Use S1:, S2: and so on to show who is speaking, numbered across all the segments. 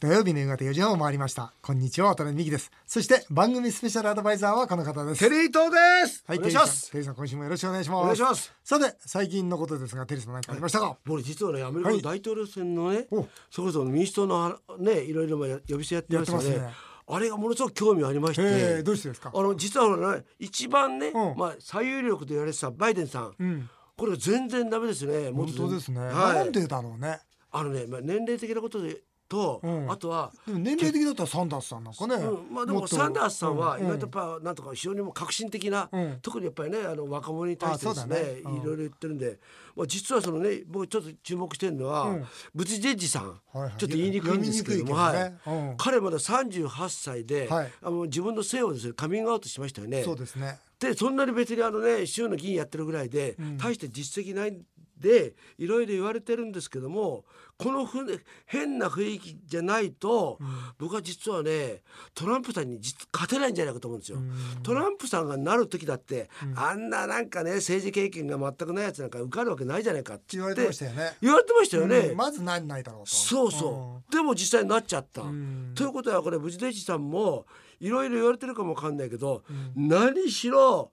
S1: 土曜日の夕方4時半を回りましたこんにちは渡辺美希ですそして番組スペシャルアドバイザーはこの方です
S2: テリー東です。
S1: はい
S2: お願い
S1: テリー
S2: しま
S1: さん
S2: す。
S1: テリーさん今週もよろしくお願いします
S2: お願いします
S1: さて最近のことですがテリーさん何かありましたか
S2: 俺実はねアメリカ
S1: は
S2: の
S1: い
S2: 大統領選のね、
S1: お
S2: それこそ民主党のあねいろいろもや呼び捨てやってましたよ
S1: やってます
S2: ね
S1: ね
S2: あれがものすごく興味ありまして、
S1: えー、どうしてですか
S2: あの実は俺ね一番ね、
S1: うん
S2: まあ最有力と言われてたバイデンさん、
S1: うん
S2: これが全然ダメですねもっ
S1: 本
S2: と
S1: 当ですね、
S2: はい
S1: なんでだろうね
S2: あのね、まあ、年齢的なことでと、
S1: うん
S2: あとは、
S1: でも年齢的だったらサンダースさんなんかね、
S2: うん、まあでも
S1: っと
S2: サンダースさんは
S1: う
S2: 意外とやっぱなんとか非常にもう革新的な、
S1: うん
S2: 特にやっぱりねあの若者に対してですね
S1: あそうだねうん
S2: いろいろ言ってるんで、まあ、実はそのね僕ちょっと注目してるのは、
S1: うん
S2: ブチジェッジさん、
S1: はいはい
S2: ちょっと言いにくいんですけども
S1: 読みにくいけどね
S2: はい
S1: うん
S2: 彼まだ38歳で、
S1: はい
S2: あの自分の性をですねカミングアウトしましたよね。
S1: そうですね
S2: でそんなに別にあのね州の議員やってるぐらいで、
S1: うん
S2: 大して実績ないんでいろいろ言われてるんですけどもこのふ変な雰囲気じゃないと、僕は実はねトランプさんに実勝てないんじゃないかと思うんですよ。
S1: うん
S2: トランプさんがなる時だって、
S1: うん
S2: あんななんかね政治経験が全くないやつなんか受かるわけないじゃないかって
S1: 言われてましたよね
S2: 言われてましたよね。
S1: うんまずなんないだろうと
S2: そうそう、でも実際になっちゃった。
S1: うん
S2: ということはこれ無事デジさんもいろいろ言われてるかもわかんないけど、
S1: う
S2: 何しろ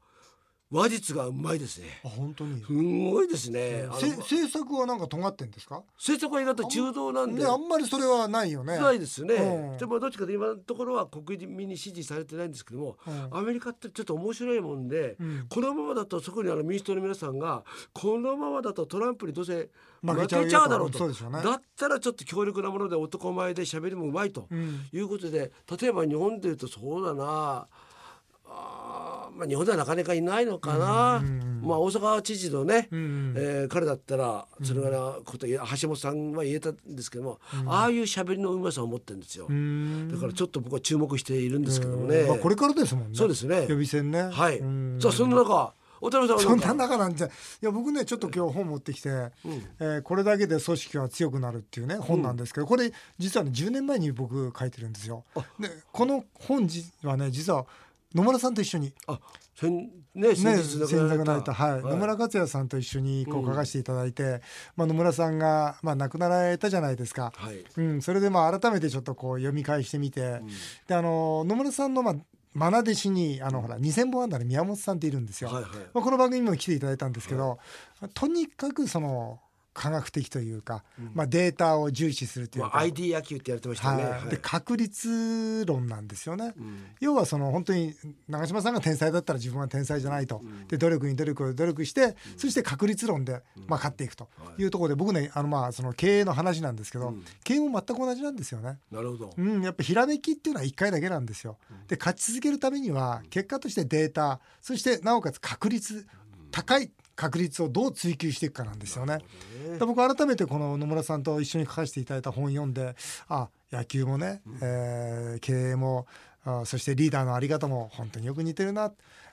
S2: 話術がうまいですね。
S1: あ本当に
S2: すんごいですね。あの
S1: せ政策はなんか尖ってんですか
S2: 政策は意外と中道なんで
S1: ねあんまりそれはないよね
S2: ないですね。
S1: うん
S2: でもどっちかというと今のところは国民に支持されてないんですけども、
S1: うん
S2: アメリカってちょっと面白いもんで、
S1: うん
S2: このままだとそこにあの民主党の皆さんがこのままだとトランプにどうせ
S1: 負け
S2: 負け
S1: ちゃうよと
S2: ちゃうだろうと
S1: そうでしょうね
S2: だったらちょっと強力なもので男前で喋りもうまいと、
S1: うん
S2: いうことで例えば日本でいうとそうだなあー、まあ、日本ではなかなかいないのかな、
S1: うんうんうん
S2: まあ、大阪知事のね、
S1: うん
S2: えー彼だったらそれからこと言え橋本さんは言えたんですけども、ああいう喋りのうまさを持ってるんですよ、
S1: うん
S2: だからちょっと僕は注目しているんですけどもね、
S1: まあこれからですもんね
S2: そうですね
S1: 予備選ね
S2: はい
S1: うん
S2: さあそんな中渡辺さん
S1: そ
S2: は
S1: んな
S2: な
S1: ん
S2: か
S1: 中なんじゃいや僕ねちょっと今日本持ってきて、えーこれだけで組織は強くなるっていうね本なんですけど、これ実はね10年前に僕書いてるんですよ。でこの本じはね実は野村さんと一緒に、
S2: あ先ね先
S1: ね、
S2: 日亡くなら
S1: 亡
S2: れた
S1: くなられた、はい野村克也さんと一緒にこう書かせていただいて、まあ、野村さんが、まあ、亡くなられたじゃないですか、
S2: はい
S1: うん、それでまあ改めてちょっとこう読み返してみて、であの野村さんの、まあ、愛弟子にあのほら2,000本安打の宮本さんっているんですよ。
S2: はいはい
S1: まあ、この番組にも来ていただいたんですけど、とにかくその科学的というか、まあ、データを重視するという
S2: ま
S1: か、
S2: あ、ID 野球ってやれてましたね、
S1: はい
S2: はい
S1: で確率論なんですよね。
S2: うん
S1: 要はその本当に長嶋さんが天才だったら自分は天才じゃないと、で努力に努力を努力して、そして確率論で、まあ、勝っていくというところで、僕ねあのまあその経営の話なんですけど、経営も全く同じなんですよね。
S2: なるほど、
S1: うん、やっぱひらめきっていうのは1回だけなんですよ。で勝ち続けるためには結果としてデータそしてなおかつ確率高い確率をどう追求していくかなんですよね。で僕改めてこの野村さんと一緒に書かせていただいた本読んであ野球もね、えー経営もあそしてリーダーのあり方も本当によく似てるな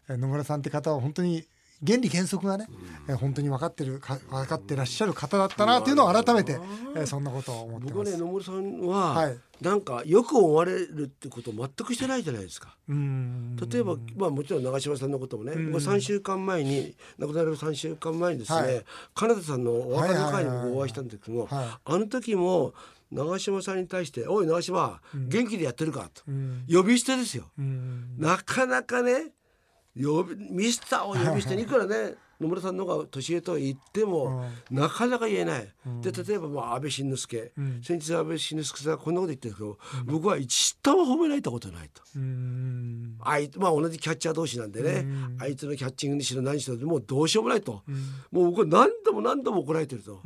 S1: えー野村さんって方は本当に原理原則がね、えー本当に分かってるか分かってらっしゃる方だったなというのを改めて、えーそんなことを思って
S2: 僕は
S1: ま
S2: ね
S1: す。
S2: 野村さんは、
S1: はい
S2: なんかよく思われるってことを全くしてないじゃないですか。
S1: うん
S2: 例えば、まあ、もちろん長嶋さんのこともね、僕は3週間前に亡くなる3週間前にですね、
S1: はい
S2: カナダさんのお別れの会に
S1: はいはいはいはい
S2: 僕お会いしたんですけども、
S1: は
S2: あの時も長嶋さんに対して「おい長嶋元気でやってるか?」と、
S1: ん
S2: 呼び捨てですよ。
S1: うん
S2: なかなかね呼びミスターを呼び捨てにいくらね野村さんの方が年上と言っても、なかなか言えない、で例えば、まあ、安倍晋之助、先日安倍晋之助さんがこんなこと言ってるけど、僕は一度も褒められたことないと。
S1: うーん
S2: あいまあ、同じキャッチャー同士なんでね、あいつのキャッチングにしろ何しろでもうどうしようもないと、もう僕は何度も何度も怒られてると、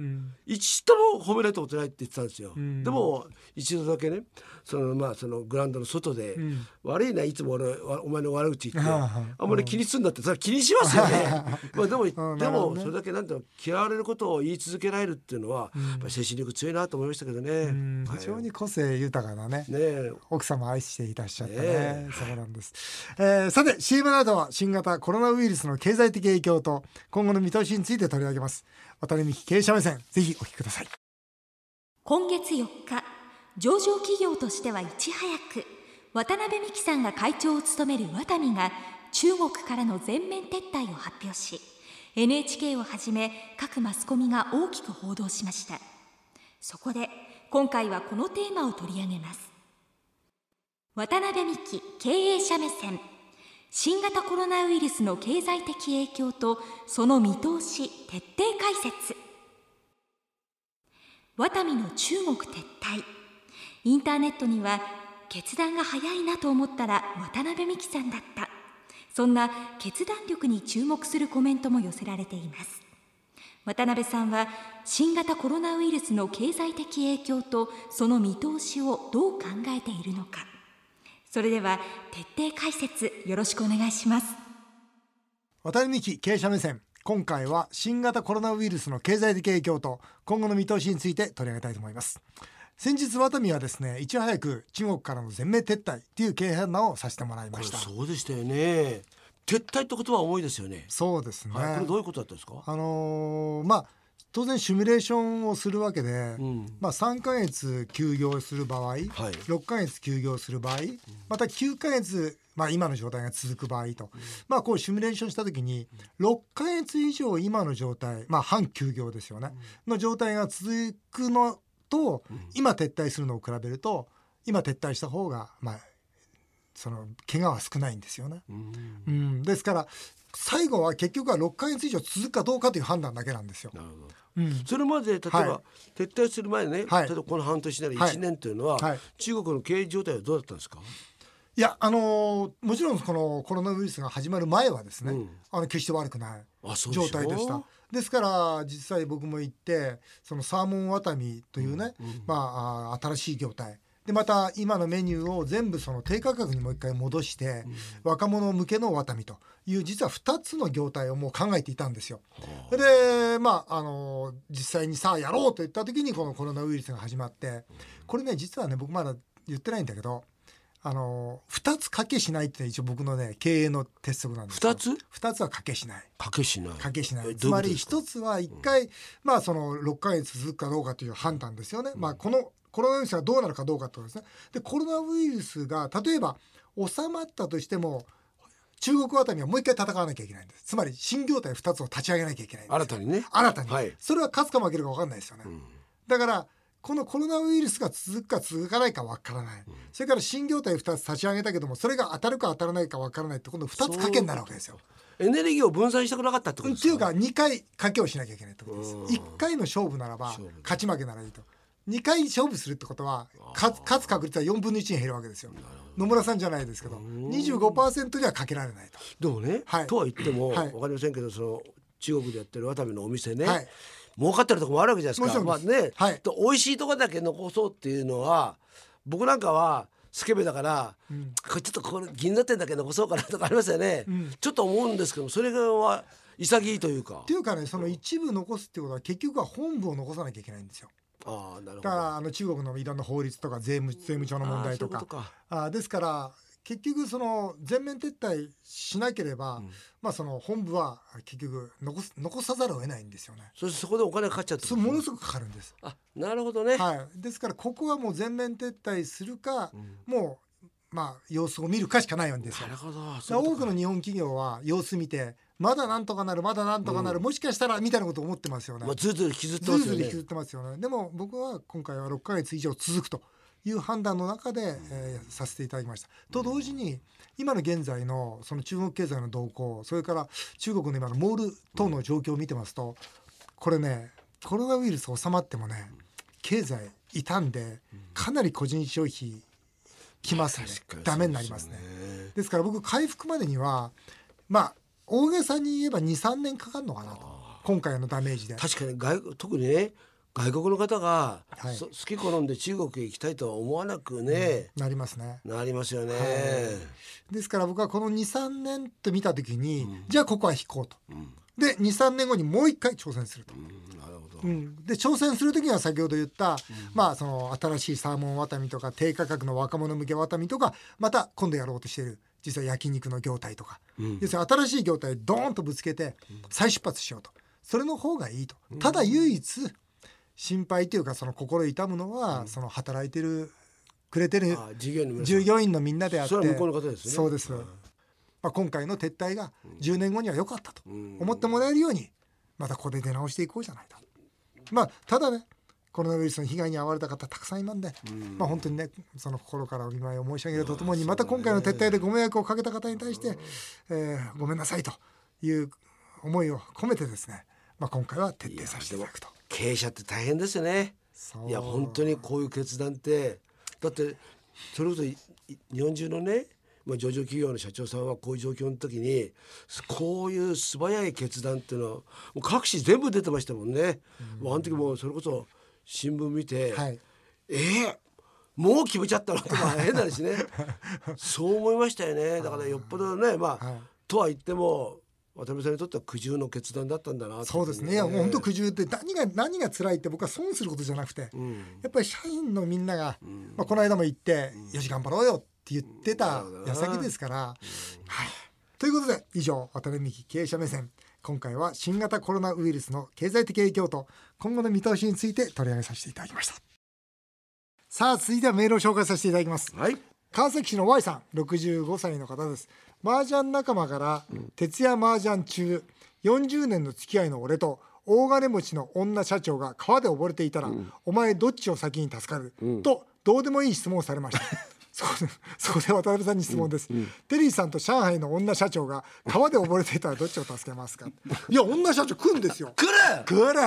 S2: 一度も褒められたことないって言ってたんですよ、でも一度だけねそのまあそのグラウンドの外で、悪いないつも俺わお前の悪口言って、
S1: ああ
S2: あんまり気にすんだってそれは気にしますよね まあでも、
S1: ん
S2: で
S1: なるほど
S2: も
S1: ね
S2: それだけなんていうの嫌われることを言い続けられるっていうのは、やっぱり精神力強いなと思いましたけどね、
S1: うん
S2: はい
S1: 非常に個性豊かなね
S2: ねえ
S1: 奥様を愛していらっしゃったね、
S2: ね
S1: そうなんです、えーさて CM の後は新型コロナウイルスの経済的影響と今後の見通しについて取り上げます渡辺美希経営者目線ぜひお聞きください
S3: 今月4日上場企業としてはいち早く渡辺美樹さんが会長を務めるワタミが中国からの全面撤退を発表し NHK をはじめ各マスコミが大きく報道しましたそこで今回はこのテーマを取り上げます渡辺美希経営者目線新型コロナウイルスの経済的影響とその見通し徹底解説ワタミの中国撤退インターネットには決断が早いなと思ったら渡辺美樹さんだったそんな決断力に注目するコメントも寄せられています渡辺さんは新型コロナウイルスの経済的影響とその見通しをどう考えているのかそれでは徹底解説よろしくお願いします
S1: 渡辺美樹経営者目線今回は新型コロナウイルスの経済的影響と今後の見通しについて取り上げたいと思います先日ワタミはですねいち早く中国からの全面撤退っていう経営判断をさせてもらい
S2: こ
S1: ま
S2: れ
S1: した
S2: そうでしたよね撤退って言葉は重いですよね
S1: そうですね、
S2: はい、これどういうことだったんですか
S1: あのーまあ当然シミュレーションをするわけで、
S2: ん
S1: まあ、3ヶ月休業する場合、6ヶ月休業する場合、また9ヶ月、まあ、今の状態が続く場合と、まあ、こうシミュレーションした時に6ヶ月以上今の状態、まあ、半休業ですよね、の状態が続くのと今撤退するのを比べると今撤退した方が、まあ、その怪我は少ないんですよね。
S2: うん
S1: うん、ですから最後は結局は6ヶ月以上続くかどうかという判断だけなんですよ。
S2: なるほど
S1: うん
S2: それまで例えば、
S1: は
S2: 撤退する前ね、
S1: はい
S2: 例えばこの半年なり
S1: はい
S2: 1年というのは、
S1: はい
S2: 中国の経営状態はどうだったんですか、
S1: いやあのーもちろんこのコロナウイルスが始まる前はですね、
S2: うん
S1: あの決して悪くない
S2: あそうでし
S1: 状
S2: ょ
S1: 態でした。ですから実際僕も行ってそのサーモンワタミというね、まああー新しい業態でまた今のメニューを全部その低価格にもう一回戻して、若者向けのワタミという実は2つの業態をもう考えていたんですよ。でまああの実際にさあやろうと言った時にこのコロナウイルスが始まってこれね実はね僕まだ言ってないんだけどあの2つ賭けしないって一応僕のね経営の鉄則なんですよ
S2: 二つ
S1: 2つは賭けしない。
S2: 賭けしない
S1: 賭けしな
S2: え
S1: いつ
S2: どう
S1: ま
S2: うこと
S1: り
S2: ですか
S1: 一つは一回、まあその6ヶ月続くかどうかという判断ですよね、まあこのコロナウイルスがどうなるかどうかということですねでコロナウイルスが例えば収まったとしても中国あたりはもう一回戦わなきゃいけないんですつまり新業態2つを立ち上げなきゃいけないんです
S2: 新たにね
S1: 新たに、
S2: はい
S1: それは勝つか負けるか分かんないですよね、だからこのコロナウイルスが続くか続かないか分からない、それから新業態2つ立ち上げたけどもそれが当たるか当たらないか分からないって今度2つ賭けになるわけですよ
S2: エネルギーを分散したくなかったってこと
S1: っ
S2: で
S1: てい
S2: す
S1: う
S2: か
S1: か2回賭けをしなきゃいけないってことです
S2: うん
S1: 1回の勝負ならば
S2: 勝負だ
S1: 勝ち負けならいいと2回勝負するってことは勝つ勝つ確率は4分の1に減るわけですよ野村さんじゃないですけど25%にはかけられないと
S2: でもね、
S1: はい
S2: とは言っても、
S1: はい
S2: わかりませんけどその中国でやってるワタミのお店ね、
S1: はい
S2: 儲かってるとこもあるわけじゃないですか
S1: もちろんです
S2: まあね、
S1: はい
S2: と美味しいとこだけ残そうっていうのは僕なんかはスケベだから、これちょっとこれ銀座店だけ残そうかなとかありますよね、ちょっと思うんですけどそれは潔いというか
S1: っていうかねその一部残すってことは結局は本部を残さなきゃいけないんですよ
S2: ああなるほ
S1: だ
S2: ど
S1: からあの中国のいろんな法律とか税務税務庁の問題と
S2: あー
S1: か
S2: そういうことか
S1: あーですから結局その全面撤退しなければ、まあその本部は結局残す残さざるを得ないんですよね
S2: そしてそこでお金がかかっちゃって
S1: それものすごくかかるんです
S2: あなるほどね、
S1: はい、ですからここはもう全面撤退するか、もう、まあ、様子を見るかしかないんですよ。
S2: な
S1: だ
S2: る
S1: か
S2: ほど
S1: ら
S2: そういう
S1: 多
S2: こ
S1: く
S2: と
S1: の日本企業は様子見てまだなんとかなるまだなんとかなる、もしかしたらみたいなことを思ってますよね。
S2: まあ、ずるずる傷って
S1: ず
S2: ま
S1: る
S2: す
S1: ずる
S2: よね
S1: 引きずってますよね。でも僕は今回は6ヶ月以上続くという判断の中で、えーさせていただきました。と同時に今の現在のその中国経済の動向それから中国の今のモール等の状況を見てますとこれねコロナウイルス収まってもね経済傷んでかなり個人消費きますね
S2: 確かに
S1: ダメになりますね
S2: そう。ですよね
S1: ですから僕回復までにはまあ大げさに言えば23年かかるのかなと今回のダメージで。
S2: 確かに外国特にね外国の方が、
S1: はい
S2: そ好き好んで中国へ行きたいとは思わなくね、
S1: なりますね。
S2: なりますよね、
S1: ですから僕はこの23年と見た時に、じゃあここは引こうと、で23年後にもう一回挑戦すると、
S2: なるほど、
S1: うんで挑戦する時には先ほど言った、まあその新しいサーモンワタミとか低価格の若者向けワタミとかまた今度やろうとしている実は焼肉の業態とか、要するに新しい業態ドーンとぶつけて再出発しようとそれの方がいいと、ただ唯一心配というかその心痛むのは、その働いてるくれてる
S2: あ事業の皆さん
S1: 従業員のみんなであって
S2: それは向こうの方ですね
S1: そうです、まあ、今回の撤退が10年後には良かったと思ってもらえるようにまたここで出直していこうじゃないかまあただねコロナウイルスの被害に遭われた方たくさんいまんで、まあ、本当にねその心からお見舞いを申し上げるとともにまた今回の撤退でご迷惑をかけた方に対して、えーごめんなさいという思いを込めてですね、まあ、今回は徹底させていただくと。
S2: 経営者って大変ですよね
S1: そう
S2: いや本当にこういう決断ってだってそれこそいい日本中のね、まあ、上場企業の社長さんはこういう状況の時にこういう素早い決断っていうのはもう各紙全部出てましたもんね。もうあの時もうそれこそ新聞見て、
S1: はい
S2: えーもう決めちゃったのと か変な話ねそう思いましたよねだからよっぽどねまあ、
S1: はい
S2: とは言っても渡辺さんにとっては苦渋の決断だったんだなってい
S1: そうですね。いやもう本当苦渋って何が何が辛いって僕は損することじゃなくて、
S2: ん
S1: やっぱり社員のみんなが、まあこの間も言って、よし頑張ろうよって言ってた
S2: うん
S1: 矢先ですから、はい。ということで以上渡辺美希経営者目線今回は新型コロナウイルスの経済的影響と今後の見通しについて取り上げさせていただきました。さあ続いてはメールを紹介させていただきます。
S2: はい
S1: 川崎市の Y さん65歳の方です麻雀仲間から徹夜麻雀中40年の付き合いの俺と大金持ちの女社長が川で溺れていたら、お前どっちを先に助かる、とどうでもいい質問をされました そこでそこで渡辺さんに質問です、テリーさんと上海の女社長が川で溺れていたらどっちを助けますかいや女社長来るんですよ
S2: 来る
S1: 来る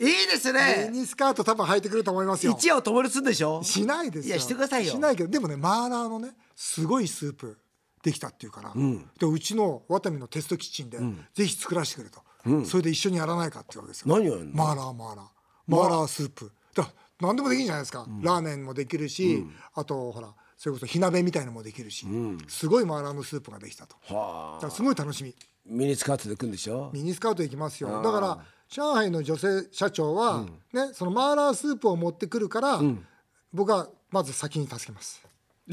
S2: いいです
S1: ミ
S2: ね
S1: ニスカート多分履いてくると思いますよ
S2: 一夜を共にするんでしょ
S1: しないですよ
S2: いやしてくださいよ
S1: しないけどでもねマーラーのねすごいスープできたっていうから、でうちのワタミのテストキッチンで、ぜひ作らせてくれと、それで一緒にやらないかっていうわけですよ
S2: 何をやるの
S1: マーラーマーラーマーラースープだ何でもできるじゃないですか、ラーメンもできるし、あとほらそれこそ火鍋みたいのもできるし、すごいマーラーのスープができたとだ
S2: は
S1: からすごい楽しみ
S2: ミニスカートで来るんでしょ
S1: ミニスカート行きますよだから上海の女性社長は、ねそのマーラースープを持ってくるから、僕はまず先に助けます、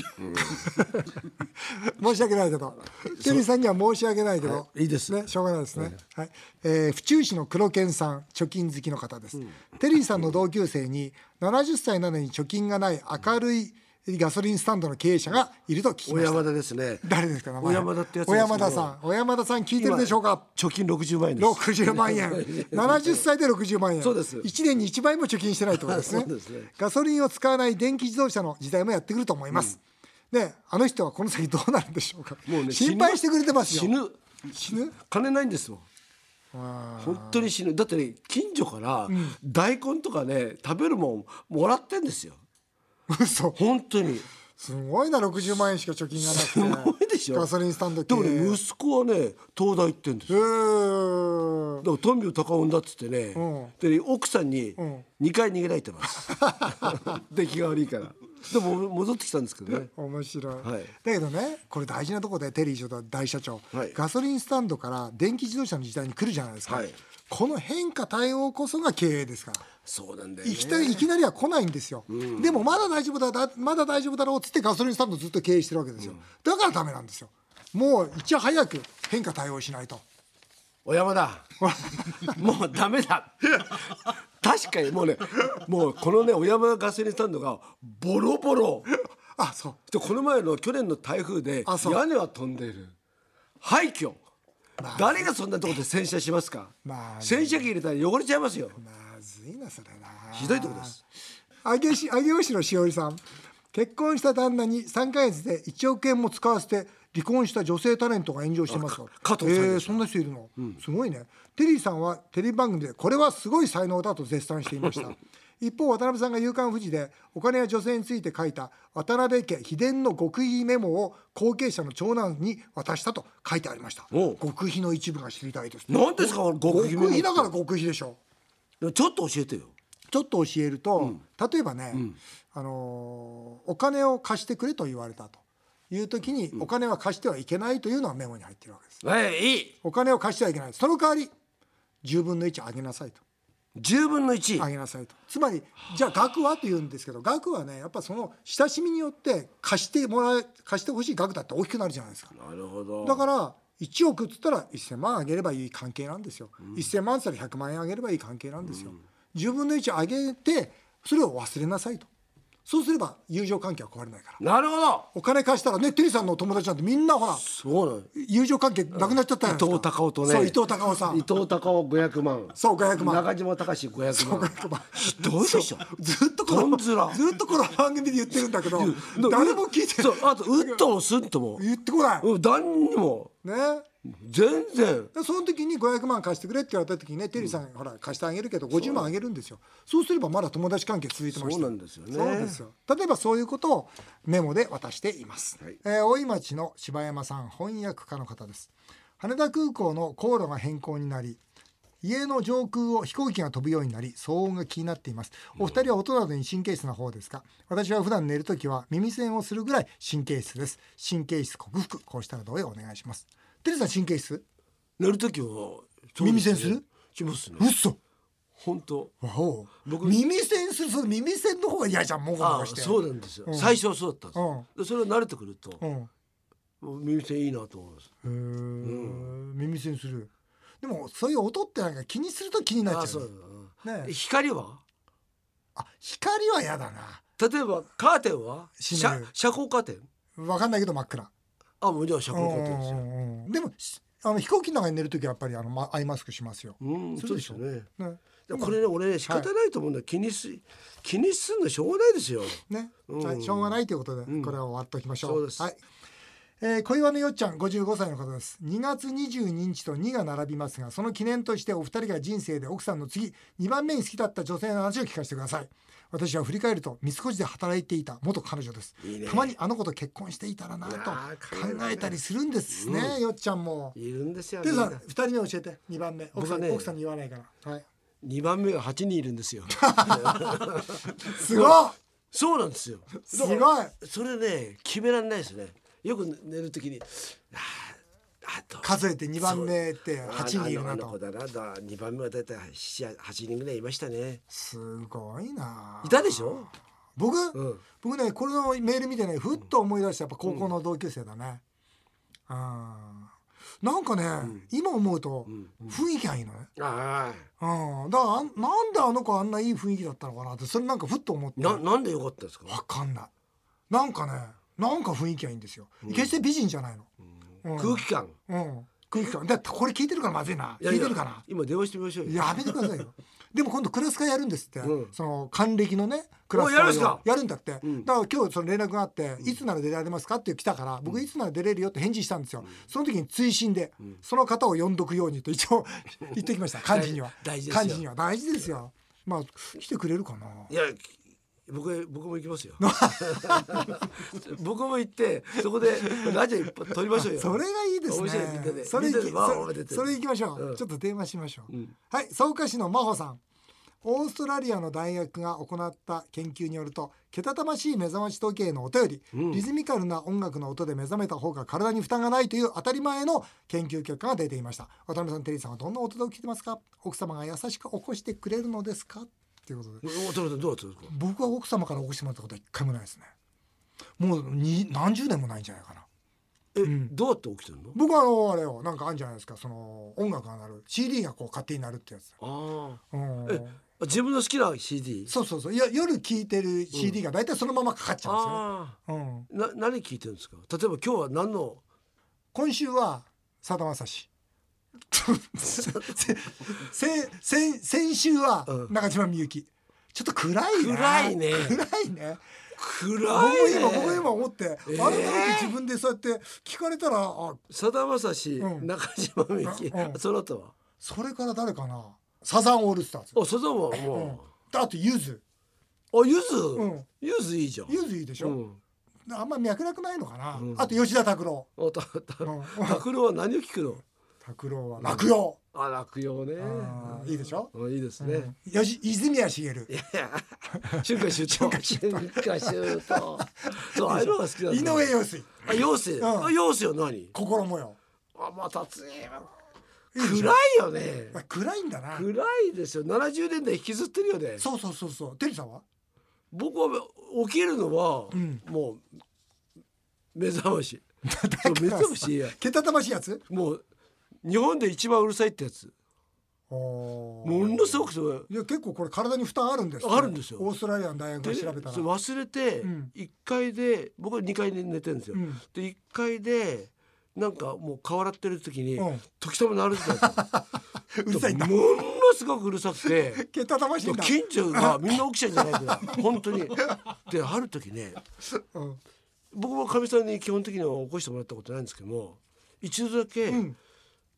S1: 申し訳ないけどテリーさんには申し訳ないけど、
S2: いいいです
S1: ねしょうがないですね、はいえー府中市の黒犬さん貯金好きの方です、テリーさんの同級生に70歳なのに貯金がない明るいガソリンスタンドの経営者がいると聞き
S2: 小
S1: ました
S2: 山田ですね
S1: 誰ですか名前
S2: 小山田ってやつ
S1: 小山田さん小山田さん聞いてるでしょうか
S2: 貯金60万円です
S1: 60万円70歳 で60万円
S2: そうです
S1: 1年に1倍も貯金してないってことですね
S2: そうですね
S1: ガソリンを使わない電気自動車の時代もやってくると思います、であの人はこの先どうなるんでしょうか
S2: もうね
S1: 心配してくれてますよ
S2: 死ぬ
S1: 死ぬ
S2: 金ないんですもん本当に死ぬだってね近所から大根とかね食べるもんもらってんですよ
S1: 嘘
S2: 本当に
S1: すごいな60万円しか貯金がなくて
S2: すごいでしょ
S1: ガソリンスタンド
S2: で
S1: 系
S2: もね息子はね東大行ってんです
S1: う
S2: よ
S1: ーん
S2: だからトンビを高音だっつってね、
S1: う
S2: で奥さんに
S1: ん
S2: 2回逃げられてます、 出来が悪いからでも戻ってきたんですけどね
S1: 面白い、
S2: はい
S1: だけどねこれ大事なとこでテリー所長大社長、
S2: はい
S1: ガソリンスタンドから電気自動車の時代に来るじゃないですか、
S2: はい
S1: この変化対応こそが経営ですから
S2: そうなんだよね
S1: いきたいいきなりは来ないんですよ、でもまだ大丈夫だだまだ大丈夫だろうっつってガソリンスタンドずっと経営してるわけですよ、だからダメなんですよもういち早く変化対応しないと
S2: 小山だ もうダメだ確かにもうねもうこのね小山ガソリンスタンドがボロボロ
S1: あそう
S2: でこの前の去年の台風で
S1: あそう
S2: 屋根は飛んでいる廃墟誰がそんなとこで洗車しますか、
S1: まあね
S2: 洗車機入れたら汚れちゃいますよ
S1: まずいなそれな
S2: ひどいとこです
S1: 上げし上尾市のしおりさん結婚した旦那に3ヶ月で1億円も使わせて離婚した女性タレントが炎上してますよ
S2: か加藤さん
S1: えー
S2: で
S1: そんな人いるの、すごいねテリーさんはテレビ番組でこれはすごい才能だと絶賛していました 一方渡辺さんが「夕刊フジ」でお金や女性について書いた渡辺家秘伝の極秘メモを後継者の長男に渡したと書いてありました
S2: おう
S1: 極秘の一部が知りたいです
S2: 何ですか極秘メモっ
S1: 極
S2: て
S1: 秘だから極秘でしょ
S2: でもちょっと教えてよ
S1: ちょっと教えると、例えばね、あのーお金を貸してくれと言われたという時に、お金は貸してはいけないというのはメモに入ってるわけです
S2: ええいい
S1: お金を貸してはいけないその代わり10分の1上げなさいと
S2: 10分の1、
S1: 上げなさいとつまりじゃあ額はと言うんですけど額はねやっぱその親しみによって貸してもらえ貸してほしい額だって大きくなるじゃないですか
S2: なるほど
S1: だから1億っつったら1000万あげればいい関係なんですよ、1000万っつったら100万円あげればいい関係なんですよ、10分の1上げてそれを忘れなさいとそうすれば友情関係は壊れないから
S2: なるほど
S1: お金貸したらねテリーさんの友達なんてみんなほら
S2: そうなの
S1: 友情関係なくなっちゃったじゃないですか
S2: 伊藤孝夫とね
S1: そう伊藤孝夫さん
S2: 伊藤孝夫500万
S1: そう500万
S2: 中島隆500万
S1: 500万
S2: ひどいでしょ
S1: ずっとこ
S2: ど
S1: の
S2: んずら
S1: ずっとこの番組で言ってるん だけど誰も聞いて
S2: そうあとウッドもスッドも
S1: 言ってこない
S2: うん何にも
S1: ね
S2: 全然
S1: でその時に500万貸してくれって言われた時にねテリーさんほら貸してあげるけど50万あげるんですよそうすればまだ友達関係続いてました
S2: そうなんですよね
S1: そうですよ例えばそういうことをメモで渡しています、
S2: はい
S1: えー大井町の柴山さん翻訳家の方です羽田空港の航路が変更になり家の上空を飛行機が飛ぶようになり騒音が気になっていますお二人は音などに神経質な方ですか私は普段寝るときは耳栓をするぐらい神経質です神経質克服こうしたらどうよお願いしますテリーさん神経質
S2: 寝る時は
S1: 耳栓する
S2: しますね
S1: 嘘
S2: 本当
S1: わお
S2: 僕
S1: 耳栓するその耳栓の方が嫌じゃんもごも
S2: あ
S1: ご
S2: あ
S1: して
S2: そうなんですよ
S1: うん
S2: 最初はそうだったんですでそれが慣れてくると
S1: うん
S2: もう耳栓いいなと思います
S1: へー耳栓するでもそういう音ってなんか気にすると気になっ
S2: ああ
S1: ちゃ
S2: そうう
S1: ね
S2: だな
S1: ね
S2: 光は
S1: あ光は嫌だな
S2: 例えばカーテンは
S1: 閉め
S2: 遮
S1: る
S2: 遮光カーテン
S1: わかんないけど真っ暗
S2: あもうじゃあ遮光カーテンです
S1: う
S2: よ
S1: んうんうんでもしあの飛行機の中に寝るときはやっぱりあのまアイマスクしますよ、
S2: うん
S1: そ
S2: そ
S1: で
S2: ううで
S1: し
S2: し
S1: ょ
S2: ょうね
S1: ね
S2: でもこれね俺ね仕方ないと思うんだよ気にす気にすんのしょうがないですよ
S1: ね、
S2: うん
S1: はい、しょうがないということで、
S2: うん
S1: これは終わっておきましょう。
S2: そうです
S1: はい。えー、小岩のよっちゃん55歳の方です2月22日と2が並びますがその記念としてお二人が人生で奥さんの次2番目に好きだった女性の話を聞かせてください私は振り返ると三越で働いていた元彼女です
S2: いいね
S1: たまにあの子と結婚していたらなと
S2: う
S1: 考
S2: わー
S1: えたりするんですね、よっちゃんも
S2: いるんですよ
S1: て
S2: み
S1: る
S2: ん
S1: さ
S2: なん
S1: 2人目教えて2番目奥さん,、
S2: 僕はね
S1: 奥さんに言わないから、 はい、
S2: 2番目が8人いる んですよ
S1: すごい
S2: そうなんですよ
S1: すごい
S2: それね決められないですねよく寝るときにあーあと
S1: 数えて2番目って8人いるな
S2: あの子
S1: と
S2: だなだ2番目はだいたい7 8人ぐらいいましたね
S1: すごいない
S2: たでしょ
S1: 僕、
S2: うん
S1: 僕ねこれのメール見てねふっと思い出したやっぱ高校の同級生だね、あーなんかね、今思うと雰囲気がいいのね、
S2: ああ
S1: うん、だからあんなんであの子あんないい雰囲気だったのかなってそれなんかふっと思って
S2: な
S1: わ
S2: なんでよかったんですか
S1: かんないなんかねなんか雰囲気がいいんですよ、決して美人じゃないの、うん
S2: 空気感
S1: うん空気感だってこれ聞いてるからまずいない
S2: や
S1: 聞
S2: い
S1: い
S2: や
S1: てるかな
S2: 今電話してみましょうよ
S1: やめてください よ。でも今度クラス会やるんですって、
S2: うん
S1: その還暦のねクラス
S2: おやるん
S1: 会
S2: す
S1: を
S2: か
S1: やるんだって、
S2: ん
S1: だから今日その連絡があって、いつなら出られますかって来たから僕いつなら出れるよって返事したんですよ、その時に追伸で、その方を呼んどくようにと一 応言ってきました漢字には
S2: 大事ですよ
S1: 漢字には大事ですよまあ来てくれるかない
S2: や僕僕も行きま すよ 僕も行ってそこでラジオ一本撮りましょうよ
S1: それがいいです
S2: 面白いみんな
S1: ね
S2: で
S1: それいき
S2: みんなでわーわー
S1: そ
S2: 出て
S1: それ行きましょう、
S2: うん
S1: ちょっと電話しましょう、
S2: うん
S1: はい草加市の真帆さんオーストラリアの大学が行った研究によるとけたたましい目覚まし時計の音より、
S2: うん
S1: リズミカルな音楽の音で目覚めた方が体に負担がないという当たり前の研究結果が出ていました渡辺さんテリーさんはどんな音で起きてますか奥様が優しく起こしてくれるのですかということで
S2: お父さんどうだったんですか
S1: 僕は奥様から起こしてもらったことは一回もないですねもうに何十年もないんじゃないかな
S2: え、
S1: ん
S2: どうやって起きてるの
S1: 僕はあのあれよなんかあるんじゃないですかその音楽が鳴る CD がこう勝手に鳴るってやつ、
S2: あ
S1: うん
S2: えあ自分の好きな CD
S1: そうそうそういや夜聴いてる CD が大体そのままかかっちゃうん
S2: あ
S1: ですよね、うん、
S2: あな何聞いてるんですか例えば今日は何の
S1: 今週はさだまさ しせ先先週は
S2: うん
S1: 中島みゆきちょっと暗いね
S2: 暗いね
S1: 暗いね
S2: 暗い、
S1: 僕
S2: ね、
S1: も今僕も今思って、あれだろって自分でそうやって聞かれたらあ
S2: さだまさし、
S1: うん
S2: 中島みゆき、
S1: うん
S2: その後
S1: それから誰かなサザンオールスターズ
S2: はあそのはも
S1: であとゆず
S2: う、あゆず、
S1: うん
S2: ゆずいいじゃん
S1: ゆずいいでしょ、
S2: うん
S1: あんま脈絡ないのかな、
S2: うん
S1: あと吉田拓郎
S2: あたた
S1: うん
S2: 拓郎は何を聞くの
S1: 拓郎は落葉、
S2: あ落葉ね
S1: あーいいでしょ
S2: うんいいです
S1: う
S2: ね
S1: ん、よし泉谷しげる
S2: いや春夏秋冬春夏秋冬そうああいうのが好きなん
S1: 井
S2: だ
S1: 上陽水
S2: あ陽水、
S1: ん
S2: あ陽水は何
S1: 心模様
S2: あまあ達也はい
S1: いでしょ
S2: 暗いよね
S1: まあ暗いんだな
S2: 暗いですよ70年代引きずってるよね
S1: そうそうそうそうテリーさんは
S2: 僕は起きるのは、
S1: ん
S2: もう目覚 ましそう目覚ましいや
S1: けたたましいやつ
S2: もう日本で一番うるさいってやつ
S1: も
S2: ものすごくそれ
S1: いや結構これ体に負担あるんです
S2: あるんですよ
S1: オーストラリアの大学
S2: で
S1: が
S2: ね
S1: 調べたら、
S2: それ忘れて
S1: うん
S2: 1階で僕は2階で寝てるんですよ。
S1: うん
S2: で1階でなんかもう顔洗ってる時に
S1: うん
S2: 時たま鳴るってたんですよ。
S1: うるさいんだ
S2: ものすごくうるさくて。
S1: けたたましいんだ、
S2: 近所がみんな起きちゃうんじゃないかな本当にである時ね
S1: うん
S2: 僕もかみさんに基本的には起こしてもらったことないんですけども一度だけ、
S1: ん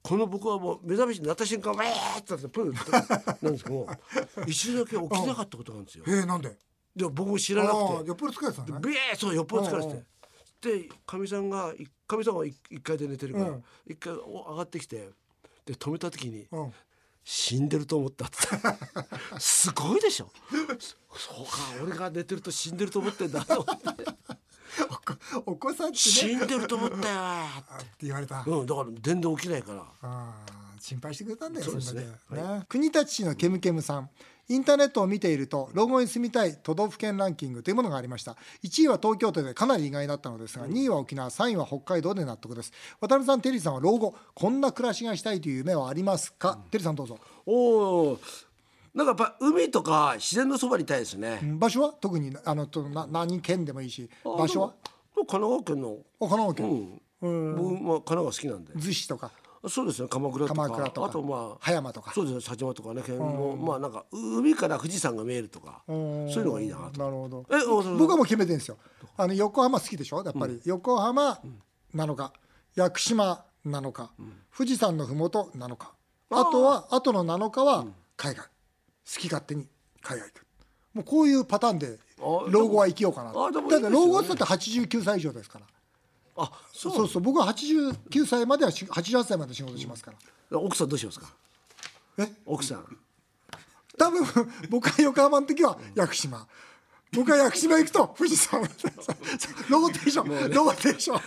S2: この僕はもう目覚めしになった瞬間ウェーってなってプーってなんですけど も一度だけ起きなかったことがあるんですよ
S1: えー、なんで
S2: で僕も知
S1: あ
S2: らな
S1: あ
S2: く
S1: ー
S2: て
S1: よっぽど疲れてた
S2: で
S1: ね
S2: ビエーそうよっぽど疲れ
S1: うんう
S2: ててでかみさんがいかみさんは一一階で寝てるから
S1: うん
S2: 一階お上がってきてで止めた時に
S1: うん
S2: 死んでると思ったって すごいでしょそうか俺が寝てると死んでると思ってんだと思って
S1: おこお子さんって
S2: 死
S1: ね
S2: んでると思ったよ
S1: あって言われた、
S2: うんだから全然起きないから
S1: ああ心配してくれたんだよ
S2: そうですね
S1: れだけね国立市のケムケムさんインターネットを見ていると老後に住みたい都道府県ランキングというものがありました1位は東京都でかなり意外だったのですが2位は沖縄3位は北海道で納得です渡辺さんテリーさんは老後こんな暮らしがしたいという夢はありますか、テリーさんどうぞ
S2: おおなんかやっぱ海とか自然のそばにいたいです
S1: う
S2: ね
S1: ん場所は特にあのとな何県でもいいし場所は
S2: あでも神奈川県の
S1: お神奈
S2: う
S1: 川県
S2: ん僕まあ神奈川好きなんで
S1: 逗子とか
S2: そうですね鎌倉とか
S1: 鎌倉とか
S2: あとまあ
S1: 葉山とか
S2: そうですね佐島とかね県もまあなんか海から富士山が見えるとかそういうのがいいなと
S1: なるほど
S2: えおそう
S1: 僕はもう決めてるんですよあの横浜好きでしょやっぱり、横浜なのか屋久島なのか、富士山の麓なのかあとはあとの7日は海外、好き勝手に海外行くもうこういうパターンで
S2: あ
S1: 老後は生きようかな
S2: あでもいい
S1: だ
S2: で
S1: っ
S2: す
S1: て
S2: よ
S1: 老
S2: ね
S1: 後はだって89歳以上ですから
S2: あそ
S1: そううそう僕は89歳まではし88歳まで仕事しますから、
S2: 奥さんどうしますか
S1: え
S2: 奥さん
S1: 多分僕は横浜の時は屋久島僕は屋久島行くと富士山ローテーション、ローテーショ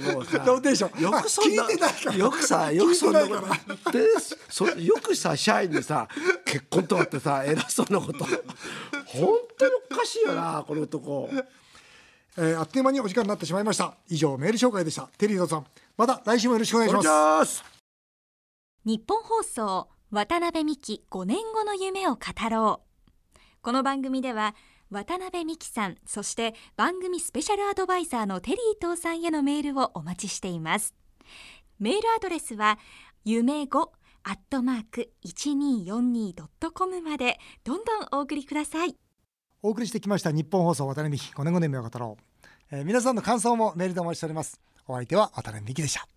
S1: ン
S2: もうさ
S1: ローテーション
S2: よくそんな
S1: あ聞いてないから
S2: よくさよくそんなこ
S1: 聞いてない
S2: とでそよくさ社員にさ結婚とかってさ偉そうなこと本当におかしいよなこの男
S1: えーあっという間にお時間になってしまいました以上メール紹介でしたテリー伊藤さんまた来週もよろしくお願いします
S2: ます
S3: 日本放送渡辺美希5年後の夢を語ろうこの番組では渡辺美希さんそして番組スペシャルアドバイザーのテリー伊藤さんへのメールをお待ちしていますメールアドレスは夢5アットマーク 1242.com までどんどんお送りください
S1: お送りしてきました日本放送渡辺美希5年5年目を語ろう、えー皆さんの感想もメールでお待ちしておりますお相手は渡辺美希でした